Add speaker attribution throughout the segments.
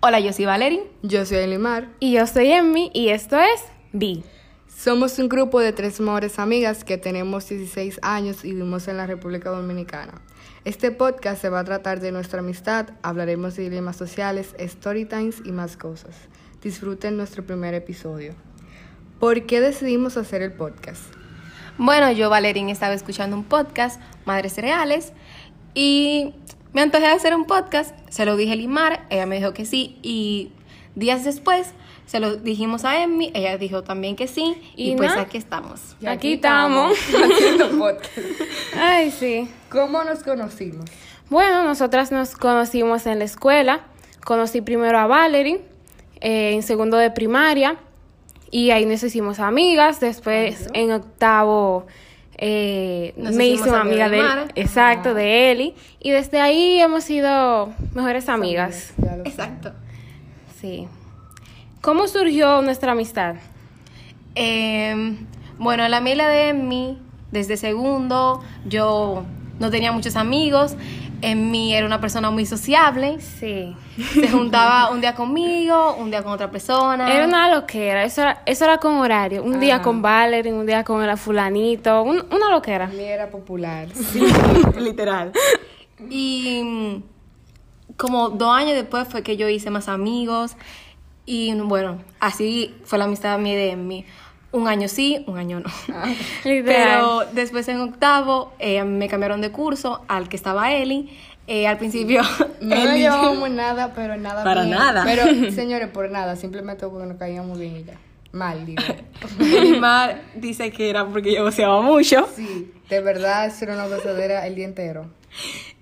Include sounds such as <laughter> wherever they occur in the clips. Speaker 1: Hola, yo soy Valerie.
Speaker 2: Yo soy Elimar.
Speaker 3: Y yo soy Emmy y esto es Vi.
Speaker 2: Somos un grupo de tres mejores amigas que tenemos 16 años y vivimos en la República Dominicana. Este podcast se va a tratar de nuestra amistad, hablaremos de dilemas sociales, story times y más cosas. Disfruten nuestro primer episodio. ¿Por qué decidimos hacer el podcast?
Speaker 1: Bueno, yo, Valerín, estaba escuchando un podcast, Madres Reales, y me antojé de hacer un podcast. Se lo dije a Limar, ella me dijo que sí, y días después se lo dijimos a Emmy, ella dijo también que sí, y,
Speaker 3: Y
Speaker 1: pues
Speaker 3: na-
Speaker 1: aquí estamos.
Speaker 3: Aquí, estamos.
Speaker 2: <laughs> Haciendo podcast.
Speaker 3: Ay, sí.
Speaker 2: ¿Cómo nos conocimos?
Speaker 3: Bueno, nosotras nos conocimos en la escuela. Conocí primero a Valerie eh, en segundo de primaria y ahí nos hicimos amigas. Después en octavo eh,
Speaker 1: Nos
Speaker 3: me
Speaker 1: hicimos
Speaker 3: hice una
Speaker 1: amigas
Speaker 3: amiga
Speaker 1: de
Speaker 3: de,
Speaker 1: Mara.
Speaker 3: exacto de Eli y desde ahí hemos sido mejores amigas.
Speaker 2: Ya lo sé.
Speaker 1: Exacto.
Speaker 3: Sí. ¿Cómo surgió nuestra amistad?
Speaker 1: Eh, bueno, la Mila de mí, desde segundo, yo no tenía muchos amigos. En mí era una persona muy sociable.
Speaker 3: Sí.
Speaker 1: Se juntaba un día conmigo, un día con otra persona.
Speaker 3: Era
Speaker 1: <laughs>
Speaker 3: una loquera, eso era, eso era con horario. Un día con Valerie, un día con el fulanito, un- una loquera.
Speaker 2: Mí era
Speaker 3: <laughs>
Speaker 2: popular.
Speaker 1: literal. Y mm, como dos años después fue que yo hice más amigos. Y bueno, así fue la amistad mía de mí. Un año sí, un año no.
Speaker 3: <laughs> Literal.
Speaker 1: Pero después en octavo eh, me cambiaron de curso al que estaba Eli. Eh, al
Speaker 3: <laughs>
Speaker 1: principio,
Speaker 2: No
Speaker 1: Eli- <laughs>
Speaker 2: llevábamos nada, pero nada
Speaker 1: Para
Speaker 2: bien.
Speaker 1: nada.
Speaker 2: Pero, señores, por nada. Simplemente porque nos caíamos bien y ya. Mal, digo.
Speaker 1: Elimar dice que era porque yo boceaba mucho.
Speaker 2: Sí, de verdad, eso era una gozadera el día entero.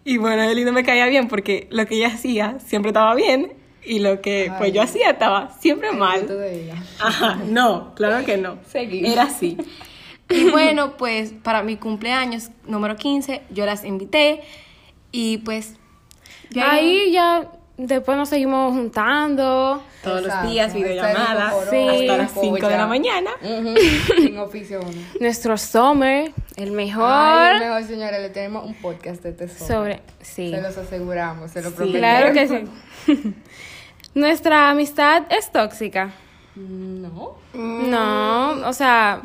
Speaker 4: Y bueno, Eli no me caía bien porque lo que ella hacía siempre estaba bien y lo que pues yo hacía estaba siempre
Speaker 2: El punto
Speaker 4: mal.
Speaker 2: de ella.
Speaker 4: Ajá, no, claro que no.
Speaker 2: Seguí.
Speaker 4: Era así.
Speaker 1: <laughs> Y bueno, pues para mi cumpleaños número 15, yo las invité. Y pues. ya
Speaker 3: ahí ya después nos seguimos juntando.
Speaker 4: Todos
Speaker 2: Exacto.
Speaker 4: los días,
Speaker 2: Estar en
Speaker 4: videollamadas,
Speaker 2: Cocoró,
Speaker 4: hasta las
Speaker 2: Cocoya.
Speaker 4: 5 de la mañana.
Speaker 2: Ujú, <laughs> Sin oficio uno.
Speaker 3: Nuestro summer, el mejor.
Speaker 2: Ay, mejor, señores, le tenemos un podcast de tesoro.
Speaker 3: sobre. Sí.
Speaker 2: Se los aseguramos, se lo
Speaker 4: Sí,
Speaker 2: prometemos.
Speaker 3: Claro que sí. <laughs> Nuestra amistad es tóxica.
Speaker 2: Mm, No.
Speaker 3: No, o sea,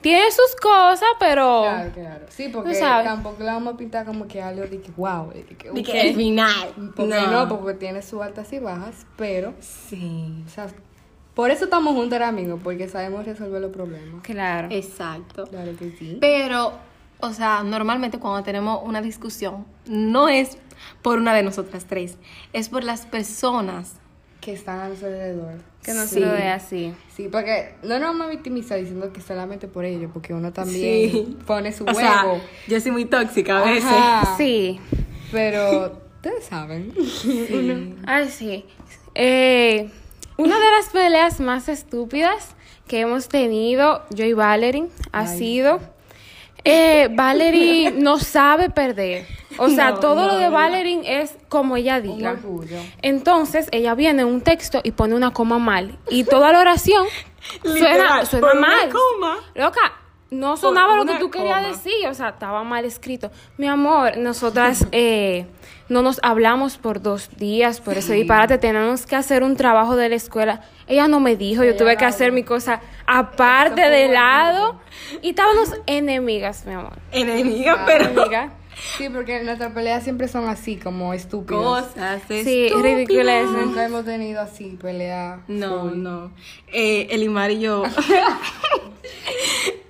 Speaker 3: tiene sus cosas, pero.
Speaker 2: Claro, claro. Sí, porque
Speaker 3: Oh. Tú sabes.
Speaker 2: tampoco la vamos a pintar como que algo de que wow. De que,
Speaker 4: Y
Speaker 2: uh,
Speaker 4: que el final.
Speaker 2: Porque no. porque tiene sus altas y bajas, pero,
Speaker 4: Sí.
Speaker 2: o sea, por eso estamos juntos ahora, amigos, porque sabemos resolver los problemas.
Speaker 3: Claro.
Speaker 1: Exacto.
Speaker 2: Claro que sí.
Speaker 1: Pero, o sea, normalmente cuando tenemos una discusión, no es por una de nosotras tres, es por las personas.
Speaker 2: Que están a nuestro alrededor.
Speaker 3: Que no se
Speaker 1: Sí.
Speaker 3: lo dé así.
Speaker 2: Sí, porque no nos vamos a victimizar diciendo que solamente por ello, porque uno también
Speaker 4: Sí.
Speaker 2: pone su
Speaker 4: O sea,
Speaker 2: huevo.
Speaker 4: yo soy muy tóxica a veces.
Speaker 2: Ajá.
Speaker 3: Sí.
Speaker 2: Pero ustedes saben. <laughs>
Speaker 3: Ay, sí. Eh, una de las peleas más estúpidas que hemos tenido, yo y Valerie, ha
Speaker 2: Ay.
Speaker 3: sido. eh, Valerie no sabe perder. O sea, todo lo de Valerie es como ella
Speaker 2: Un
Speaker 3: diga.
Speaker 2: orgullo.
Speaker 3: Entonces, ella viene un texto y pone una coma mal. Y toda la oración suena,
Speaker 4: <laughs> Literal,
Speaker 3: suena
Speaker 4: por una
Speaker 3: mal.
Speaker 4: coma.
Speaker 3: Loca, no sonaba lo que
Speaker 4: una
Speaker 3: tú querías
Speaker 4: coma.
Speaker 3: decir. O sea, estaba mal escrito. Mi amor, nosotras eh, no nos hablamos por dos días. Por eso, disparate, tenemos que hacer un trabajo de la escuela. Ella no me dijo, yo tuve que hacer mi cosa aparte
Speaker 2: Eso fue
Speaker 3: de
Speaker 2: horrible.
Speaker 3: lado. Y estábamos enemigas, mi amor.
Speaker 1: Ah,
Speaker 4: Enemiga, pero.
Speaker 3: Amiga.
Speaker 2: Sí, porque nuestras peleas siempre son así, como estúpidas.
Speaker 4: <laughs> Cosas.
Speaker 3: Sí, ridícula esa.
Speaker 2: Nunca hemos tenido así pelea.
Speaker 4: No,
Speaker 2: full.
Speaker 4: no. Eh, Elimar y yo. <laughs>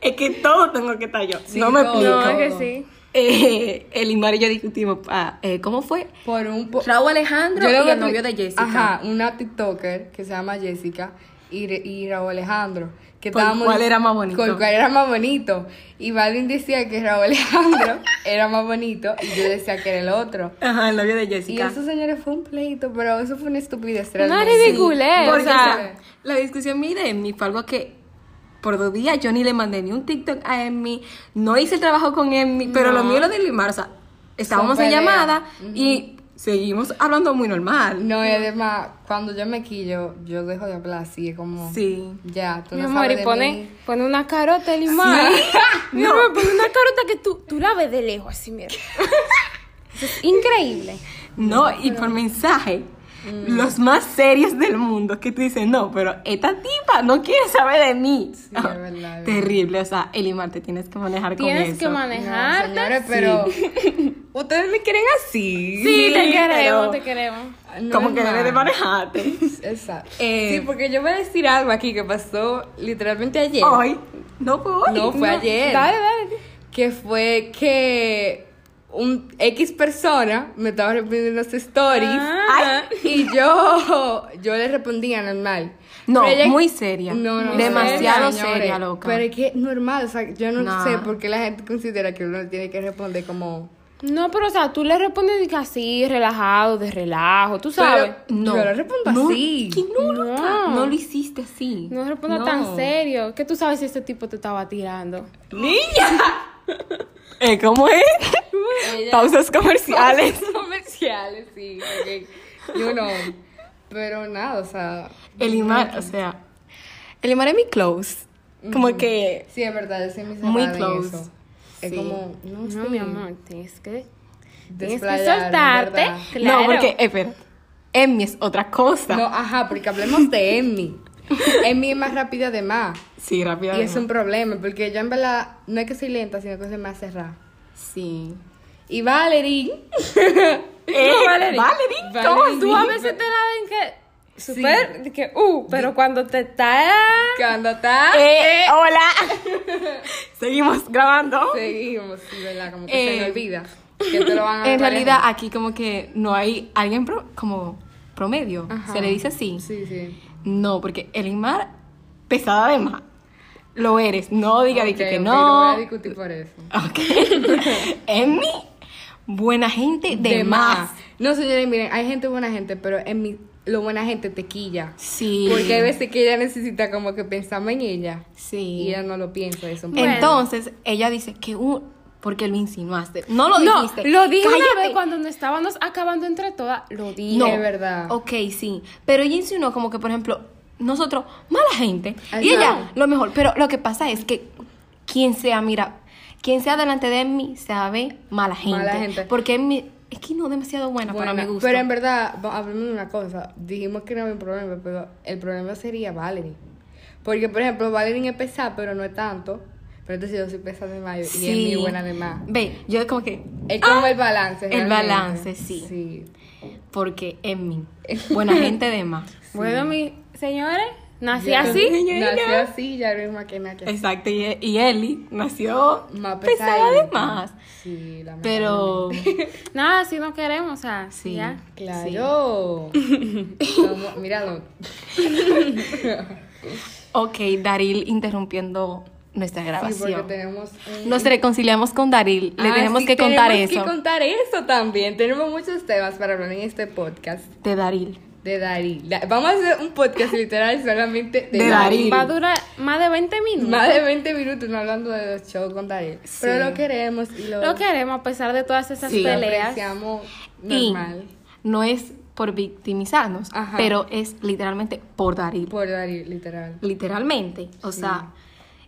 Speaker 4: es que todo tengo que estar yo.
Speaker 2: Sí,
Speaker 4: no me
Speaker 2: todo.
Speaker 4: explico.
Speaker 1: Oh,
Speaker 3: No, es que
Speaker 2: no.
Speaker 3: sí.
Speaker 4: Eh, Elimar y yo discutimos. ah, eh, ¿Cómo fue?
Speaker 2: Por un po-
Speaker 4: Raúl Alejandro
Speaker 2: le
Speaker 4: y
Speaker 2: voy a
Speaker 4: el
Speaker 2: expli-
Speaker 4: novio de Jessica.
Speaker 2: Ajá, una TikToker que se llama Jessica y, Re- y Raúl Alejandro. Que
Speaker 4: ¿Por
Speaker 2: estábamos-
Speaker 4: cuál era más bonito?
Speaker 2: ¿Por cuál era más bonito? Y Valen decía que
Speaker 4: <laughs>
Speaker 2: Raúl Alejandro era más bonito y yo decía que era el otro.
Speaker 4: Ajá, el novio de
Speaker 2: Y
Speaker 4: Jessica.
Speaker 2: eso, señores, fue un pleito, pero eso fue una estupidez.
Speaker 3: Una
Speaker 2: realmente.
Speaker 3: ridiculez.
Speaker 4: Porque,
Speaker 3: Eh, o sea,
Speaker 4: la discusión mía y de Emmy fue algo que por dos días yo ni le mandé ni un TikTok a Emmy, no hice el trabajo con Emmy, pero lo mío lo de Elimar, o sea, estábamos
Speaker 2: Son
Speaker 4: en
Speaker 2: peleas.
Speaker 4: llamada y seguimos hablando muy normal.
Speaker 2: No, y además, cuando yo me quillo, yo dejo de hablar así, es como...
Speaker 4: Sí.
Speaker 2: Ya, tú
Speaker 3: Mi
Speaker 2: no
Speaker 3: amor,
Speaker 2: sabes
Speaker 3: y
Speaker 2: de
Speaker 3: pone,
Speaker 2: mí.
Speaker 3: pone una carota de limón. Mi
Speaker 4: No.
Speaker 3: amor, pone una carota que tú, tú la ves de lejos, así, mira. Eso es increíble.
Speaker 4: No, y por mensaje.
Speaker 3: Mm.
Speaker 1: los más serios del mundo, que tú dices, no, pero esta tipa no quiere saber de mí.
Speaker 5: es verdad, es verdad.
Speaker 1: Terrible, o sea, Elimar, te tienes que manejar con
Speaker 3: Tienes
Speaker 1: eso.
Speaker 3: que manejarte.
Speaker 5: Señores, pero
Speaker 4: <laughs>
Speaker 2: Ustedes me quieren así.
Speaker 3: Sí, te
Speaker 1: pero-
Speaker 3: queremos, te queremos.
Speaker 5: no
Speaker 1: Como
Speaker 5: es
Speaker 1: que debes de
Speaker 5: mal.
Speaker 1: manejarte.
Speaker 5: Exacto.
Speaker 1: Eh,
Speaker 2: sí, porque yo voy a decir algo aquí que pasó literalmente ayer.
Speaker 1: Hoy, no fue hoy.
Speaker 2: No, fue ayer.
Speaker 3: Dale, dale.
Speaker 2: Que fue que un X persona me estaba respondiendo las stories.
Speaker 1: Ah.
Speaker 2: Ay, y yo, yo le respondía normal.
Speaker 1: No,
Speaker 2: Pero ella-
Speaker 1: muy seria.
Speaker 2: No, no,
Speaker 1: Demasiado
Speaker 2: señores.
Speaker 1: seria, loca.
Speaker 2: Pero es que es normal, o sea, yo no
Speaker 1: Nah.
Speaker 2: sé por qué la gente considera que uno tiene que
Speaker 1: <laughs>
Speaker 2: responder como...
Speaker 3: No, pero o sea, tú le respondes de que así, relajado, de relajo, tú sabes.
Speaker 1: no.
Speaker 2: Yo le respondo
Speaker 1: No,
Speaker 2: así.
Speaker 1: que no,
Speaker 3: No.
Speaker 1: loca. No lo hiciste así.
Speaker 3: no respondas tan serio. Que tú sabes si este tipo te estaba tirando.
Speaker 1: ¡Niña! <laughs> Eh, ¿Cómo es? Pausas <laughs> comerciales.
Speaker 2: comerciales, sí, ok. Yo no. Pero nada, o sea,
Speaker 1: Elimar, o sea. Elimar es mi close. Como que.
Speaker 2: sí, es verdad, yo soy mis
Speaker 1: Muy
Speaker 2: en
Speaker 1: close.
Speaker 2: eso. Es
Speaker 1: Sí.
Speaker 2: como, no sé,
Speaker 3: No, mi amor, tienes que, tienes que
Speaker 2: desplayarme,
Speaker 3: soltarte.
Speaker 2: ¿verdad?
Speaker 3: Claro.
Speaker 1: No, porque, espera. Emmy es otra cosa.
Speaker 2: No, ajá, porque hablemos de Emmy.
Speaker 1: <laughs>
Speaker 2: Emmy es más rápida de más.
Speaker 1: Sí, rápido.
Speaker 2: Y es un problema, porque yo en verdad no es que soy lenta, sino que soy más cerrada.
Speaker 1: Sí.
Speaker 2: Y Valerie,
Speaker 1: <laughs> Eh, Valerie. ¿cómo tú?
Speaker 2: Valerie.
Speaker 3: Tú a veces te la ven que. Super, de que, uh, pero cuando te está.
Speaker 2: cuando está,
Speaker 1: Eh, hola. <laughs> Seguimos grabando.
Speaker 2: seguimos, sí, ¿verdad? Como que
Speaker 1: Eh,
Speaker 2: se me olvida. Que te lo van a
Speaker 1: En
Speaker 2: dar
Speaker 1: realidad, aquí como que no hay alguien pro- como promedio.
Speaker 2: Ajá.
Speaker 1: Se le dice así.
Speaker 2: pareja. Sí, sí.
Speaker 1: No, porque Elimar, pesada de más. Lo eres. No diga de que,
Speaker 2: Ok,
Speaker 1: que
Speaker 2: ok,
Speaker 1: no.
Speaker 2: voy a discutir por eso.
Speaker 1: Ok. <laughs> Emmy, buena gente <laughs> de, más.
Speaker 2: No, señores, miren, hay gente buena gente, pero en mi, lo buena gente te quilla.
Speaker 1: Sí.
Speaker 2: Porque hay veces que ella necesita como que pensamos en ella. Y
Speaker 1: Sí.
Speaker 2: ella no lo piensa, eso.
Speaker 1: Entonces, ella dice que uh, porque lo insinuaste. No lo
Speaker 3: No,
Speaker 1: dijiste.
Speaker 3: lo dije
Speaker 1: Cállate.
Speaker 3: una vez cuando nos estábamos acabando entre todas, lo dije.
Speaker 1: No.
Speaker 2: es verdad.
Speaker 1: Ok, sí. Pero ella insinuó como que, por ejemplo, nosotros, mala gente.
Speaker 2: Ay,
Speaker 1: y
Speaker 2: no.
Speaker 1: ella, lo mejor. Pero lo que pasa es que quien sea, mira, quien sea delante de mí, sabe mala gente.
Speaker 2: Mala gente.
Speaker 1: Porque Emmy es que no demasiado buena, para
Speaker 2: Buena.
Speaker 1: mi gusto.
Speaker 2: Pero en verdad, va- hablemos de una cosa. Dijimos que no había un problema, pero el problema sería Valerie. Porque, por ejemplo, Valerie es pesada, pero no es tanto. Pero entonces yo soy pesada de más y es
Speaker 1: Sí.
Speaker 2: muy buena de más.
Speaker 1: Ve, yo como que,
Speaker 2: Es como el balance.
Speaker 1: el
Speaker 2: realmente.
Speaker 1: balance, sí.
Speaker 2: Sí.
Speaker 1: porque
Speaker 2: <laughs>
Speaker 1: Emmy, buena gente de más.
Speaker 3: Bueno, mis señores, nací
Speaker 2: Ya-
Speaker 3: así.
Speaker 1: <laughs>
Speaker 2: Nació así, ya no hay más que nada que hacer.
Speaker 1: Exacto, y, y Eli nació
Speaker 2: Más
Speaker 1: pesada de
Speaker 2: pesadita.
Speaker 1: más.
Speaker 2: Sí, la <laughs>
Speaker 1: Pero
Speaker 3: Nada, si no queremos, o sea,
Speaker 1: Sí.
Speaker 3: ya.
Speaker 1: <laughs>
Speaker 2: Claro. Somos- míralo.
Speaker 1: Ok, Daril interrumpiendo nuestra
Speaker 2: Sí, porque
Speaker 1: grabación.
Speaker 2: tenemos un-
Speaker 1: Nos reconciliamos con Daril, le
Speaker 2: Ah,
Speaker 1: tenemos
Speaker 2: sí,
Speaker 1: que contar eso.
Speaker 2: Tenemos que contar eso también. Tenemos muchos temas para hablar en este podcast
Speaker 1: De Daril.
Speaker 2: de Darí. Da- Vamos a hacer un
Speaker 1: <laughs>
Speaker 2: podcast literal solamente de,
Speaker 1: De
Speaker 2: Darí.
Speaker 1: Sí. Darí.
Speaker 3: Va a durar más de 20 minutos.
Speaker 2: Más de 20 minutos no hablando de los shows con Darí. Pero lo queremos y lo,
Speaker 3: Lo queremos a pesar de todas esas
Speaker 1: Sí.
Speaker 2: lo
Speaker 3: peleas.
Speaker 2: apreciamos
Speaker 1: Y
Speaker 2: normal
Speaker 1: no es por victimizarnos,
Speaker 2: Ajá.
Speaker 1: pero es literalmente por Daril.
Speaker 2: por Darí, literal.
Speaker 1: Literalmente. O sea,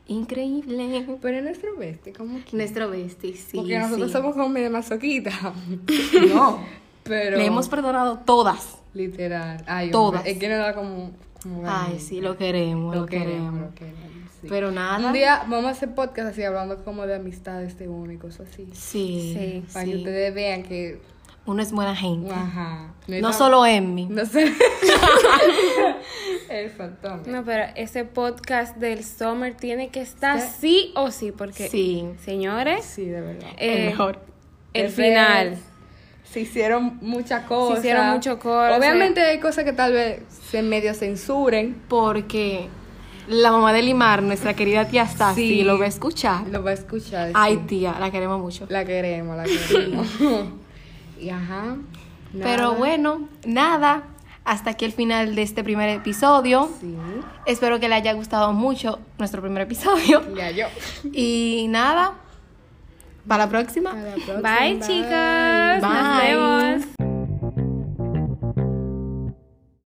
Speaker 1: increíble.
Speaker 2: Pero es nuestro bestia, como que.
Speaker 1: Nuestro bestie, sí.
Speaker 2: Porque nosotros
Speaker 1: sí.
Speaker 2: somos como medio masoquita.
Speaker 1: <laughs> No.
Speaker 2: Pero.
Speaker 1: Le hemos perdonado todas.
Speaker 2: Literal. Ay, hombre,
Speaker 1: Todas.
Speaker 2: Es que nos da como. como
Speaker 1: Ay, sí, lo queremos, lo, queremos.
Speaker 2: lo queremos, sí.
Speaker 1: Pero nada.
Speaker 2: Un día vamos a hacer podcast así, hablando como de amistades de uno y cosas así.
Speaker 1: Sí,
Speaker 2: Para
Speaker 1: sí.
Speaker 2: que ustedes vean que.
Speaker 1: Uno es buena gente.
Speaker 2: Ajá.
Speaker 1: No solo en mí.
Speaker 2: No sé. <laughs> Exactamente.
Speaker 3: No, pero ese podcast del Summer tiene que estar
Speaker 2: Está-
Speaker 3: sí o sí, porque,
Speaker 1: Sí.
Speaker 3: señores,
Speaker 2: Sí, de verdad.
Speaker 3: eh,
Speaker 1: el mejor.
Speaker 3: el
Speaker 2: Ese
Speaker 3: final.
Speaker 2: es- Se hicieron muchas cosas.
Speaker 3: hicieron mucho corte.
Speaker 2: Obviamente hay cosas que tal vez se medio censuren.
Speaker 1: Porque la mamá de Limar, nuestra querida tía Stacy,
Speaker 2: Sí.
Speaker 1: lo va a escuchar.
Speaker 2: Lo va a escuchar.
Speaker 1: Ay,
Speaker 2: sí.
Speaker 1: tía, la queremos mucho.
Speaker 2: La queremos,
Speaker 1: <laughs>
Speaker 2: la queremos. y ajá. nada.
Speaker 1: Pero bueno, nada. Hasta aquí el final de este primer episodio.
Speaker 2: Sí.
Speaker 1: Espero que le haya gustado mucho nuestro primer episodio.
Speaker 2: Ya yo.
Speaker 1: Y nada. Para la próxima.
Speaker 2: A la próxima,
Speaker 3: Bye, chicas. Nos
Speaker 1: Bye.
Speaker 3: vemos.